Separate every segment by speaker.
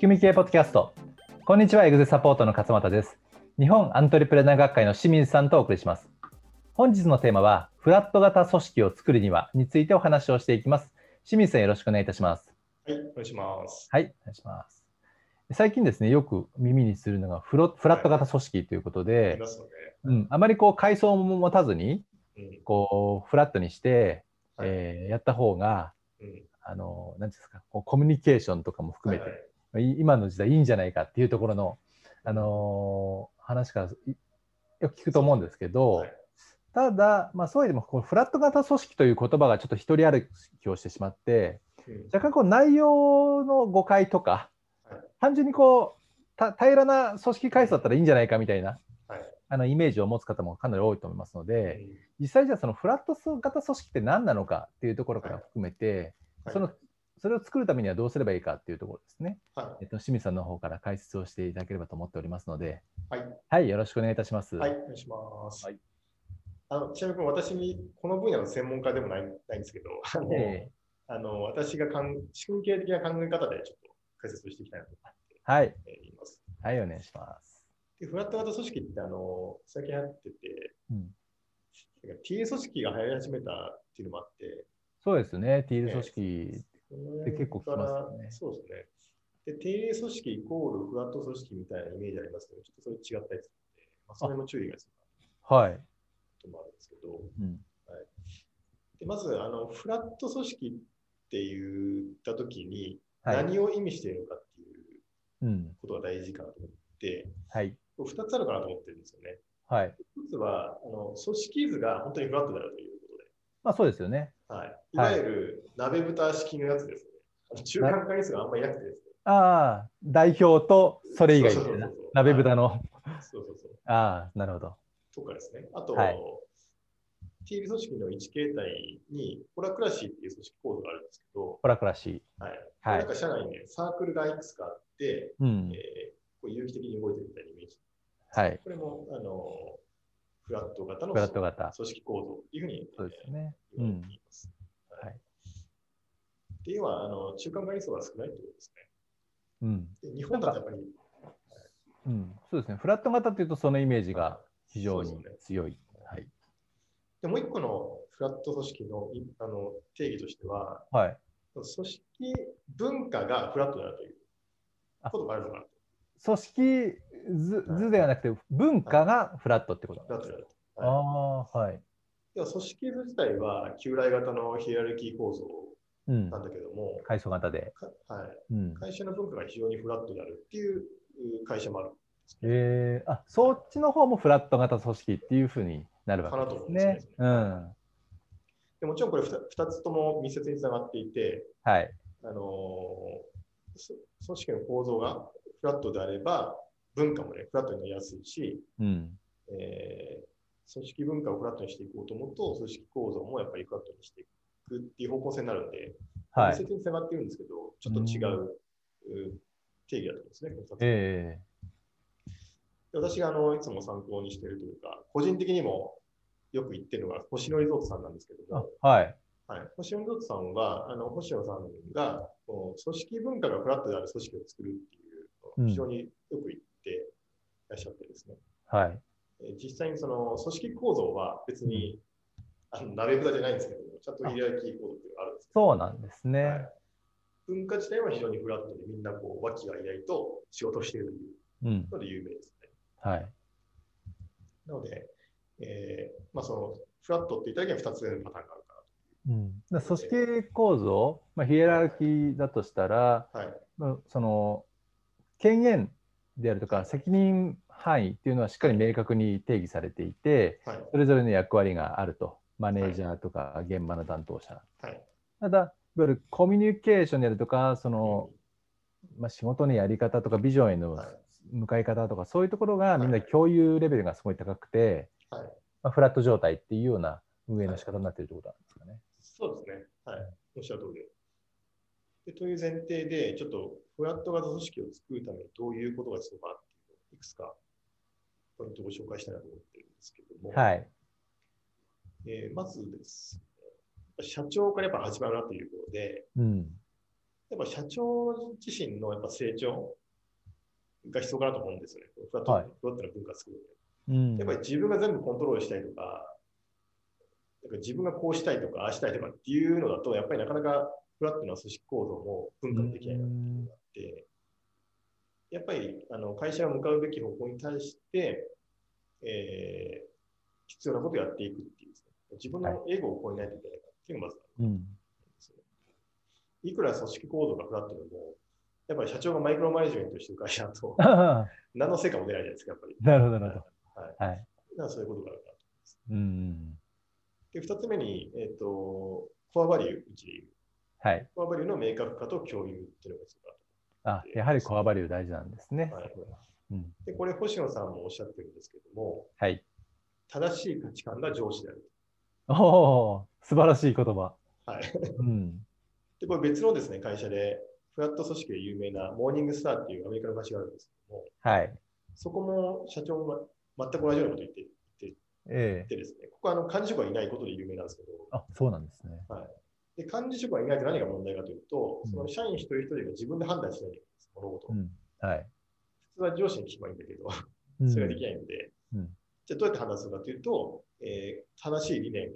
Speaker 1: 組み系ポッドキャストこんにちはエグゼサポートの勝俣です日本アントレプレナー学会の清水さんとお送りします本日のテーマはフラット型組織を作るにはについてお話をしていきます清水さんよろしくお願いいたします
Speaker 2: はい、お願いします。
Speaker 1: はいお願いします最近ですねよく耳にするのがフロフラット型組織ということ
Speaker 2: あり
Speaker 1: で、
Speaker 2: ますので、
Speaker 1: うん、あまりこう階層も持たずに
Speaker 2: うん
Speaker 1: こうフラットにして、
Speaker 2: はい
Speaker 1: えーやった方が
Speaker 2: うん
Speaker 1: あの何ですかこうコミュニケーションとかも含めて、
Speaker 2: はい
Speaker 1: い今の時代いいんじゃないかっていうところの、あのー話からいよく聞くと思うんですけど、
Speaker 2: はい
Speaker 1: ただ、まあ、そうは言ってもこのフラット型組織という言葉がちょっと一人歩きをしてしまって
Speaker 2: うん
Speaker 1: 若干こう内容の誤解とか、
Speaker 2: はい
Speaker 1: 単純にこうた平らな組織階層だったらいいんじゃないかみたいな、
Speaker 2: はい
Speaker 1: あのイメージを持つ方もかなり多いと思いますの
Speaker 2: う
Speaker 1: で、
Speaker 2: ん
Speaker 1: 実際じゃあそのフラット型組織って何なのかっていうところから含めて、
Speaker 2: はい
Speaker 1: そのそれを作るためにはどうすればいいかっていうところですね。
Speaker 2: は
Speaker 1: えっと、清水さんの方から解説をしていただければと思っておりますので、
Speaker 2: はい
Speaker 1: よろしくお願いいたします。
Speaker 2: い、はい、お願いします。
Speaker 1: はい
Speaker 2: あのちなみに私にこの分野の専門家でもないないんですけど、あの
Speaker 1: え
Speaker 2: あの私がかん資金経的な考え方でちょっと解説をしていきたいなと思
Speaker 1: ーはい、
Speaker 2: っています。
Speaker 1: はい、お願いします。
Speaker 2: でフラット型組織ってあの最近流行ってて、
Speaker 1: うん、
Speaker 2: なんか TA 組織が流行り始めたっていうのもあって、
Speaker 1: そうですね、ティール組織、
Speaker 2: この辺
Speaker 1: 結構聞きますよね
Speaker 2: からそうですね。で、定例組織イコールフラット組織みたいなイメージありますけど、ちょっとそれ違ったりするので、まあ、それも注意が必
Speaker 1: はい、
Speaker 2: 要なこともあるんですけど、
Speaker 1: うん、
Speaker 2: でまずあの、フラット組織って言ったときに、
Speaker 1: はい、
Speaker 2: 何を意味しているのかっていう
Speaker 1: うん、
Speaker 2: ことが大事かなと思って、
Speaker 1: はい、
Speaker 2: これ2つあるかなと思ってるんですよね。
Speaker 1: はい、
Speaker 2: 1つはあの、組織図が本当にフラットであるということで、
Speaker 1: まあそうですよね。
Speaker 2: はい、い
Speaker 1: は
Speaker 2: わ
Speaker 1: い
Speaker 2: ゆる鍋蓋式のやつですね。あの中間管理数があんまりなくてですね。
Speaker 1: ああ、代表とそれ以外みたい
Speaker 2: そうそう
Speaker 1: な
Speaker 2: そうそう、
Speaker 1: 鍋豚の、
Speaker 2: そうそうそう。
Speaker 1: ああ、なるほど。
Speaker 2: とかですね。あと、
Speaker 1: はい
Speaker 2: TL 組織の一形態に、ホラクラシーっていう組織コードがあるんですけど、
Speaker 1: ほらくらしい。
Speaker 2: はい。
Speaker 1: は
Speaker 2: なん
Speaker 1: い
Speaker 2: か、社内に、ね、サークルがいくつかあって、
Speaker 1: う
Speaker 2: えー
Speaker 1: ん、
Speaker 2: こう有機的に動いてるみたいなイメージ。
Speaker 1: はい、
Speaker 2: これも、あのフラット型の
Speaker 1: フラット型、
Speaker 2: 組織構造っていうふうに、
Speaker 1: そうですよね。う
Speaker 2: えー言われ
Speaker 1: ん
Speaker 2: て、います。
Speaker 1: はい
Speaker 2: で、今、あの中間管理層が少ないってことです
Speaker 1: うん、
Speaker 2: ね。で日本だとやっぱり、
Speaker 1: うん、そうですね。フラット型というとそのイメージが非常
Speaker 2: そう
Speaker 1: に
Speaker 2: ですね
Speaker 1: 強い。はい、
Speaker 2: でもう一個のフラット組織のいあの定義としては、
Speaker 1: はい、
Speaker 2: 組織文化がフラットであるということがあるのかなと。
Speaker 1: 組織図図ではなくて文化がフラットってことなん
Speaker 2: フラッ
Speaker 1: で
Speaker 2: ト
Speaker 1: す
Speaker 2: であ
Speaker 1: ね。
Speaker 2: ると。
Speaker 1: あ
Speaker 2: はい
Speaker 1: あはい。
Speaker 2: では組織図自体は旧来型のヒエラルキー構造
Speaker 1: うん
Speaker 2: な。んだけども、
Speaker 1: 階層型で。
Speaker 2: かは
Speaker 1: う
Speaker 2: い、
Speaker 1: ん。
Speaker 2: 会社の文化が非常にフラットであるっていうう会社もある
Speaker 1: えー、あそっちの方もフラット型組織っていうふうになるわけです
Speaker 2: かな
Speaker 1: ね
Speaker 2: と思うんです。
Speaker 1: うん。
Speaker 2: で。もちろんこれ 2, つとも密接につながっていて、
Speaker 1: はい。
Speaker 2: あのーそ組織の構造がフラットであれば、文化も、ね、フラットになりやすいし、
Speaker 1: うん。
Speaker 2: えー組織文化をフラットにしていこうと思うと、組織構造もやっぱりフラットにしていくっていう方向性になるんで、
Speaker 1: は
Speaker 2: 密
Speaker 1: い。
Speaker 2: 接につながっているんですけど、ちょっと違うう定義だと思うんですね。この二つ
Speaker 1: え
Speaker 2: で私があのいつも参考にしているというか、個人的にもよく言ってるのが星野リゾートさんなんですけど
Speaker 1: ー、あ
Speaker 2: も、
Speaker 1: はい。
Speaker 2: はい、星野リゾートさんは、あの星野さんがこう組織文化がフラットである組織を作るっていうのを非常によく言っていらっしゃってですね、
Speaker 1: はい。
Speaker 2: えー実際にその組織構造は別に、あの鍋蓋じゃないんですけども、ちゃんとヒエラルキー構造っていうのがあるんですけど
Speaker 1: そうなんですね。
Speaker 2: はい文化自体は非常にフラットで、みんなこう和気あいあいと仕事をしているとい
Speaker 1: う
Speaker 2: う
Speaker 1: ん。
Speaker 2: ので有名ですね。
Speaker 1: はい。
Speaker 2: なので、えーまあ、そのフラットって言っただけには2つのパターンがある
Speaker 1: うん、だから組織構造、まあ、ヒエラルキーだとしたら、
Speaker 2: から。はい。
Speaker 1: まあその権限であるとか責任範囲っていうのはしっかり明確に定義されていて
Speaker 2: はい。
Speaker 1: それぞれの役割があるとマネージャーとか現場の担当者、
Speaker 2: はい。
Speaker 1: ただいわゆるコミュニケーションであるとかその、まあ、仕事のやり方とかビジョンへの
Speaker 2: はい
Speaker 1: 向かい方とかそういうところが
Speaker 2: い
Speaker 1: みんな共有レベルがすごい高くて、
Speaker 2: はい
Speaker 1: まあ、フラット状態っていうような運営の仕方になっているということなんですかね。
Speaker 2: そうですね。はい。おっしゃる通りで。でという前提で、ちょっとフラット型組織を作るためにどういうことが必要かっていうのをいくつかポイントをご紹介したいなと思ってるんですけども、
Speaker 1: はい、
Speaker 2: えーまずですね、社長からやっぱ始まるなということで、
Speaker 1: うん
Speaker 2: やっぱ社長自身のやっぱ成長が必要かなと思うんですよね。フラット、
Speaker 1: はい
Speaker 2: フラットな文化作る
Speaker 1: うん
Speaker 2: やっぱり自分が全部コントロールしたいとか、なんか自分がこうしたいとか、ああしたいとかっていうのだと、やっぱりなかなかフラットな組織構造も文化にできないなっていうのがあって、やっぱりあの会社が向かうべき方向に対して、えー必要なことをやっていくっていうですね、自分のエゴを超えないといけないなっていうのがまずある
Speaker 1: うん、
Speaker 2: んですよね。いくら組織構造がフラットでも、やっぱり社長がマイクロマネジメントしてる会社だと
Speaker 1: な
Speaker 2: 何の成果も出ないじゃないですか、やっぱり。
Speaker 1: るほどなるほ
Speaker 2: はい、
Speaker 1: ど。はい。
Speaker 2: だからそういうことがあるなと。
Speaker 1: うん。
Speaker 2: で、二つ目に、えっ、と、コアバリュー、うちで言う
Speaker 1: はい。
Speaker 2: コアバリューの明確化と共有っていうのが必
Speaker 1: あ、やはりコアバリュー大事なんですね
Speaker 2: 要。だと。はい
Speaker 1: うん
Speaker 2: で、これ、星野さんもおっしゃってるんですけども、
Speaker 1: はい。
Speaker 2: 正しい価値観が上司である。
Speaker 1: おお、素晴らしい言葉。
Speaker 2: はい。
Speaker 1: うん。
Speaker 2: で、これ別のですね、会社で、フラット組織で有名なモーニングスターっていうアメリカの会社があるんですけども、
Speaker 1: はい。
Speaker 2: そこも社長も全く同じようなこと言って
Speaker 1: ええ
Speaker 2: いてですね、ここはあの管理職がいないことで有名なんですけど、
Speaker 1: あ、そうなんですね。
Speaker 2: で管理職がいないと何が問題かというと、
Speaker 1: うん
Speaker 2: その社員一人一人が自分で判断しないといけないんです、物事を
Speaker 1: う。ん。はい。
Speaker 2: 普通は上司に聞けばいいんだけど、
Speaker 1: うん
Speaker 2: それができないので、
Speaker 1: うん
Speaker 2: じゃあどうやって判断するかというと、えー正しい理念、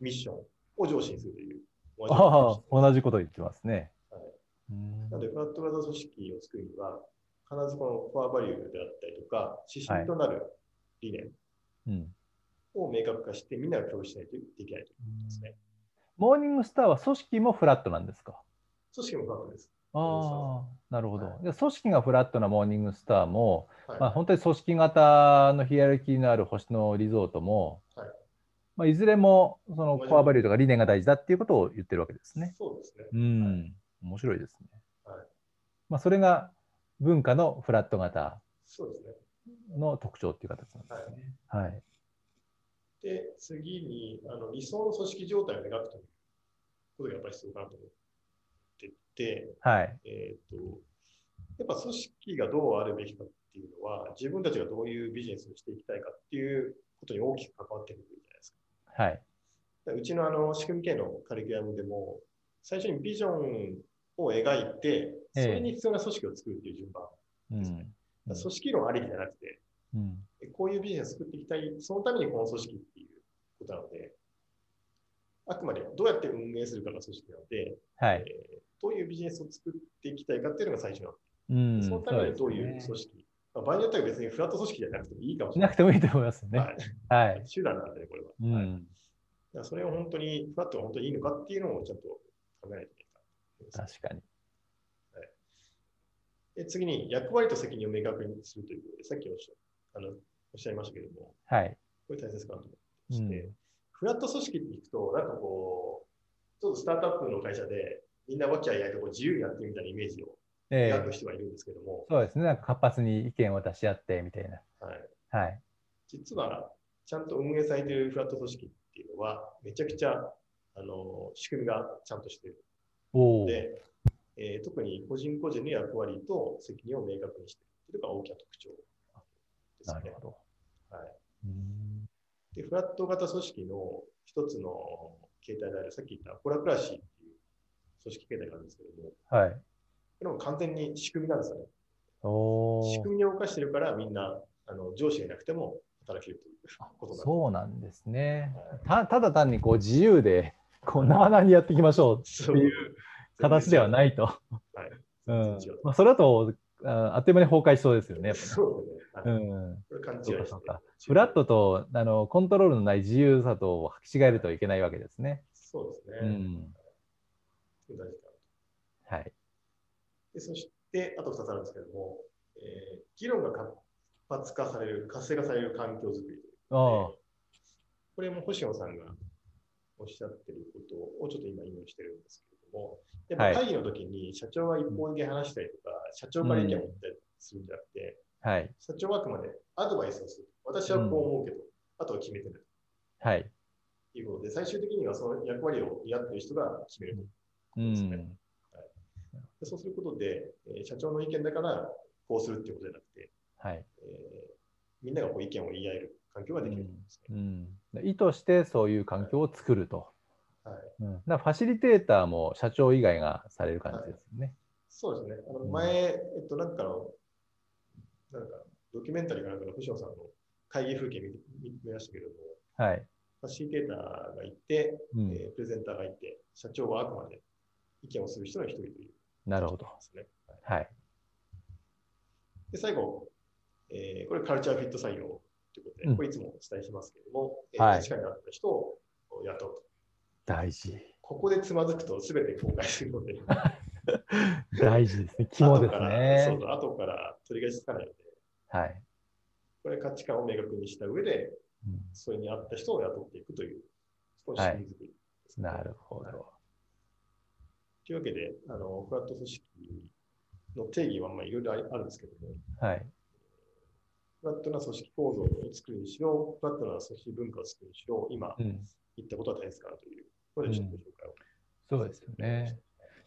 Speaker 2: ミッションを上司にするという。
Speaker 1: ああ、同じこと言ってますね。
Speaker 2: はい
Speaker 1: うん
Speaker 2: なので、フラット型組織を作るには、必ずこのコアバリューであったりとか、指針となる理念
Speaker 1: うん
Speaker 2: を明確化して、みんなが共有しないとできないということですね。
Speaker 1: モーニングスターは組織もフラットなんですか
Speaker 2: 組織もフラットです。
Speaker 1: ああ、なるほど。
Speaker 2: はい
Speaker 1: で組織がフラットなモーニングスターも、
Speaker 2: はい。
Speaker 1: まあ、本当に組織型のヒエラルキーのある星野リゾートも、
Speaker 2: はい
Speaker 1: まあ、いずれもそのコアバリューとか理念が大事だっていうことを言ってるわけですね。
Speaker 2: そうですね。
Speaker 1: うん、
Speaker 2: は
Speaker 1: 面白いですね。
Speaker 2: はい
Speaker 1: まあ、それが文化のフラット型
Speaker 2: そうですね。
Speaker 1: の特徴っていう形なんですね。はい。
Speaker 2: で、次に、あの理想の組織状態を描くということがやっぱり必要かなと思ってて、
Speaker 1: はい。
Speaker 2: えっ、と、やっぱ組織がどうあるべきかっていうのは、自分たちがどういうビジネスをしていきたいかっていうことに大きく関わってくるじゃないですか。
Speaker 1: はい。
Speaker 2: だからうちのあの仕組み系のカリキュラムでも、最初にビジョンを描いて、それに必要な組織を作るっていう順番。
Speaker 1: うん。ええ
Speaker 2: だから組織論ありきじゃなくて、
Speaker 1: うん。
Speaker 2: こういうビジネスを作っていきたい、そのためにこの組織っていうことなので、あくまでどうやって運営するかが組織なので、
Speaker 1: はい。
Speaker 2: えーどういうビジネスを作っていきたいかっていうのが最初なの
Speaker 1: うん。
Speaker 2: そのためにどうい
Speaker 1: そう
Speaker 2: う
Speaker 1: ですね
Speaker 2: 組織、まあ、場合によっては別にフラット組織じゃなくてもいいかもし
Speaker 1: し
Speaker 2: れな。
Speaker 1: ないくてもいいと思います ね。
Speaker 2: はい
Speaker 1: はい。
Speaker 2: 手段なんでね、これは。
Speaker 1: う
Speaker 2: はいだ
Speaker 1: ん。
Speaker 2: からそれを本当に、フラットが本当にいいのかっていうのをちゃんと考えないといけないから。
Speaker 1: 確かに。
Speaker 2: で次に、役割と責任を明確にするということで、さっきおっしゃあのおっしゃいましたけれども、
Speaker 1: はい。
Speaker 2: これ大切かなと思
Speaker 1: う
Speaker 2: っ
Speaker 1: ん
Speaker 2: て、フラット組織っていくと、なんかこう、ちょっとスタートアップの会社で、みんなわきあいあいとこう自由にやってるみたいなイメージを
Speaker 1: え
Speaker 2: 描
Speaker 1: え
Speaker 2: く人はいるんですけども、
Speaker 1: そうですね。なんか活発に意見を出し合ってみたいな。
Speaker 2: はい、
Speaker 1: はい。
Speaker 2: 実はちゃんと運営されているフラット組織っていうのは、めちゃくちゃあの仕組みがちゃんとしている
Speaker 1: お
Speaker 2: の
Speaker 1: お。
Speaker 2: で、えー特に個人個人の役割と責任を明確にしているというのが大きな特徴です
Speaker 1: な
Speaker 2: ね
Speaker 1: る。ほど。
Speaker 2: はい
Speaker 1: うん
Speaker 2: で、フラット型組織の一つの形態である、さっき言ったホラクラシーっていう組織形態があるんですけども、こ
Speaker 1: はい。
Speaker 2: れも完全に仕組みなんですよね。
Speaker 1: お
Speaker 2: 仕
Speaker 1: お。
Speaker 2: 組みを動かしてるからみんなあの上司がいなくても働けるということになる。
Speaker 1: そうなんですね
Speaker 2: は。
Speaker 1: たただ単にこう自由で、 こう、なあなあにやっていきましょう
Speaker 2: そういう
Speaker 1: 形ではないと。
Speaker 2: はい。
Speaker 1: うん
Speaker 2: 全然違う。
Speaker 1: まあ、それだとあ、あっという間に崩壊しそうですよね。やっぱ
Speaker 2: そうね。はい
Speaker 1: ねうん。
Speaker 2: これ勘違い
Speaker 1: そうか
Speaker 2: し
Speaker 1: そう
Speaker 2: て
Speaker 1: か。フラット
Speaker 2: と。
Speaker 1: とあのコントロールのない自由さと履き違えるといけないわけですね。
Speaker 2: そうで
Speaker 1: う
Speaker 2: すね。
Speaker 1: ん。
Speaker 2: 大事かなと
Speaker 1: はい。
Speaker 2: でそして、あと2つあるんですけども、えー議論が活発化される、活性化される環境づくりという
Speaker 1: ああ
Speaker 2: こ、とで、これも星野さんがおっしゃってることをちょっと今引用してるんですけれども、やっぱ会議の時に社長が一方的に話したりとか、社長から意見を持ったりするんじゃなくて、
Speaker 1: はい。
Speaker 2: 社長はあくまでアドバイスをする。私はこう思うけど、あとは決めてない。
Speaker 1: はい。
Speaker 2: ということで、最終的にはその役割を担っている人が決めると。
Speaker 1: う
Speaker 2: そうですね
Speaker 1: ん。
Speaker 2: でそうすることで、えー社長の意見だからこうするっていうことじゃなくて、
Speaker 1: はい。
Speaker 2: えーみんながこう意見を言い合える環境ができるんです
Speaker 1: う
Speaker 2: ね。
Speaker 1: ん。意図してそういう環境を作ると。
Speaker 2: は
Speaker 1: う
Speaker 2: い
Speaker 1: ん、だからファシリテーターも社長以外がされる感じですよね。
Speaker 2: そうですね。あの前、えっと、なんかの、なんか、ドキュメンタリーかなんかの星野さんの会議風景見て見見ましたけれども、
Speaker 1: はい。
Speaker 2: ファシリテーターがいて、
Speaker 1: うん
Speaker 2: えープレゼンターがいて、社長はあくまで意見をする人の一人という、
Speaker 1: なるほど。
Speaker 2: ですね。はい
Speaker 1: はい。
Speaker 2: で、最後、えーこれカルチャーフィット採用ということで、
Speaker 1: うん
Speaker 2: これいつもお伝えしますけれども、え
Speaker 1: はい
Speaker 2: ー、価値観に合った人を雇うと。
Speaker 1: 大事。
Speaker 2: ここでつまずくと全て公開するので、
Speaker 1: 大事ですね。肝です
Speaker 2: 後から、そ
Speaker 1: ね
Speaker 2: う。そう後から取り返しつかないので、
Speaker 1: はい。
Speaker 2: これ価値観を明確にした上で、
Speaker 1: うん
Speaker 2: それに合った人を雇っていくという、その仕組み作りですね、
Speaker 1: なるほど。
Speaker 2: というわけで、あのフラット組織の定義はまあいろいろありあるんですけども、
Speaker 1: はい。
Speaker 2: フラットな組織構造を作るにしろ、フラットな組織文化を作るにしろ、今
Speaker 1: うん。
Speaker 2: 言ったことは大切かなということで、ちょっとご紹介を、
Speaker 1: そうですよね。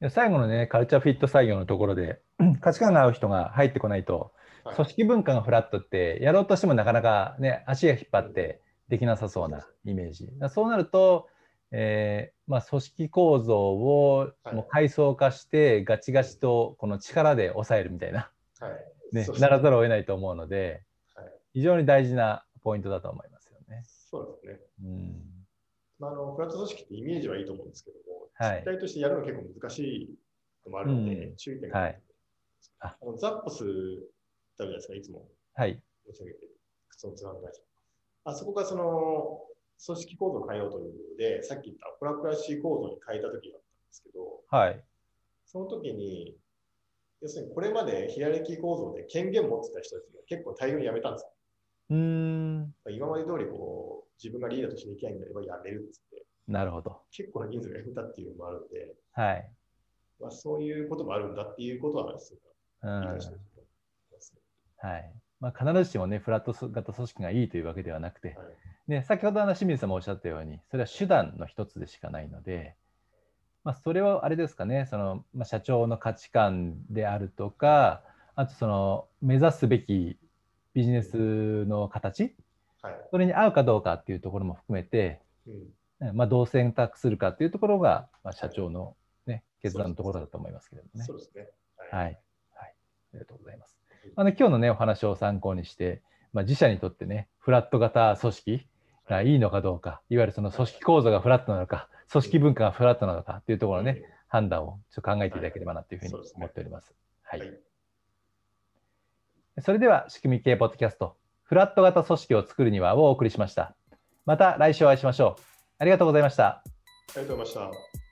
Speaker 1: いや最後のね、カルチャーフィット採用のところで、うん価値観が合う人が入ってこないと、
Speaker 2: はい
Speaker 1: 組織文化がフラットって、やろうとしてもなかなかね、足が引っ張ってできなさそうなイメージ。だからそうなると、えーまあ、組織構造を
Speaker 2: はい
Speaker 1: もう階層化して、ガチガチとこの力で抑えるみたいな、
Speaker 2: はい。
Speaker 1: ね
Speaker 2: そう、です
Speaker 1: ならざるを得ないと思うので
Speaker 2: はい、
Speaker 1: 非常に大事なポイントだと思いますよね。
Speaker 2: そうですね。
Speaker 1: うん、
Speaker 2: まあ、あのフラット組織ってイメージはいいと思うんですけども、
Speaker 1: はい
Speaker 2: 実態としてやるのは結構難しいのもあるので、
Speaker 1: うん
Speaker 2: 注意点があるんですけど、
Speaker 1: はい
Speaker 2: あのザッポスだじゃないですか、いつも
Speaker 1: はい。
Speaker 2: 持ち上げてる、靴のつまみ会社。あそこがその組織構造を変えようというので、さっき言ったプラクラシー構造に変えた時があったんですけど、
Speaker 1: はい。
Speaker 2: その時に、要するにこれまでヒラレキー構造で権限持ってた人たちが結構大量に辞めたんですよ。
Speaker 1: うーん。
Speaker 2: 今まで通りこう自分がリーダーとしていけないんであれば辞めるっつって、
Speaker 1: なるほど。
Speaker 2: 結構な人数が辞めたっていうのもあるので、
Speaker 1: はい。
Speaker 2: まあ、そういうこともあるんだっていうことは、そうう理
Speaker 1: ん
Speaker 2: 解してほしいと思いますね
Speaker 1: はいまあ、必ずしもねフラット型組織がいいというわけではなくて、
Speaker 2: はい
Speaker 1: ね、先ほどあの清水さんもおっしゃったようにそれは手段の一つでしかないので、まあ、それをあれですかねその、まあ、社長の価値観であるとかあとその目指すべきビジネスの形
Speaker 2: はい。
Speaker 1: それに合うかどうかっていうところも含めて、
Speaker 2: うん。
Speaker 1: ねまあ、どう選択するかっていうところが、まあ、社長の、ね、決断のところだと思いますけれどもね
Speaker 2: そ。うですね。
Speaker 1: はい。はい。ありがとうございます。あの今日のね、お話を参考にして、まあ、自社にとってね、フラット型組織がいいのかどうか、いわゆるその組織構造がフラットなのか、組織文化がフラットなのかっていうところのね、判断をちょっと考えていただければなというふうに
Speaker 2: はいそうですね
Speaker 1: 思っております。はい。
Speaker 2: はい
Speaker 1: それでは、仕組み系ポッドキャスト、フラット型組織を作るにはをお送りしました。また来週お会いしましょう。ありがとうございました。
Speaker 2: ありがとうございました。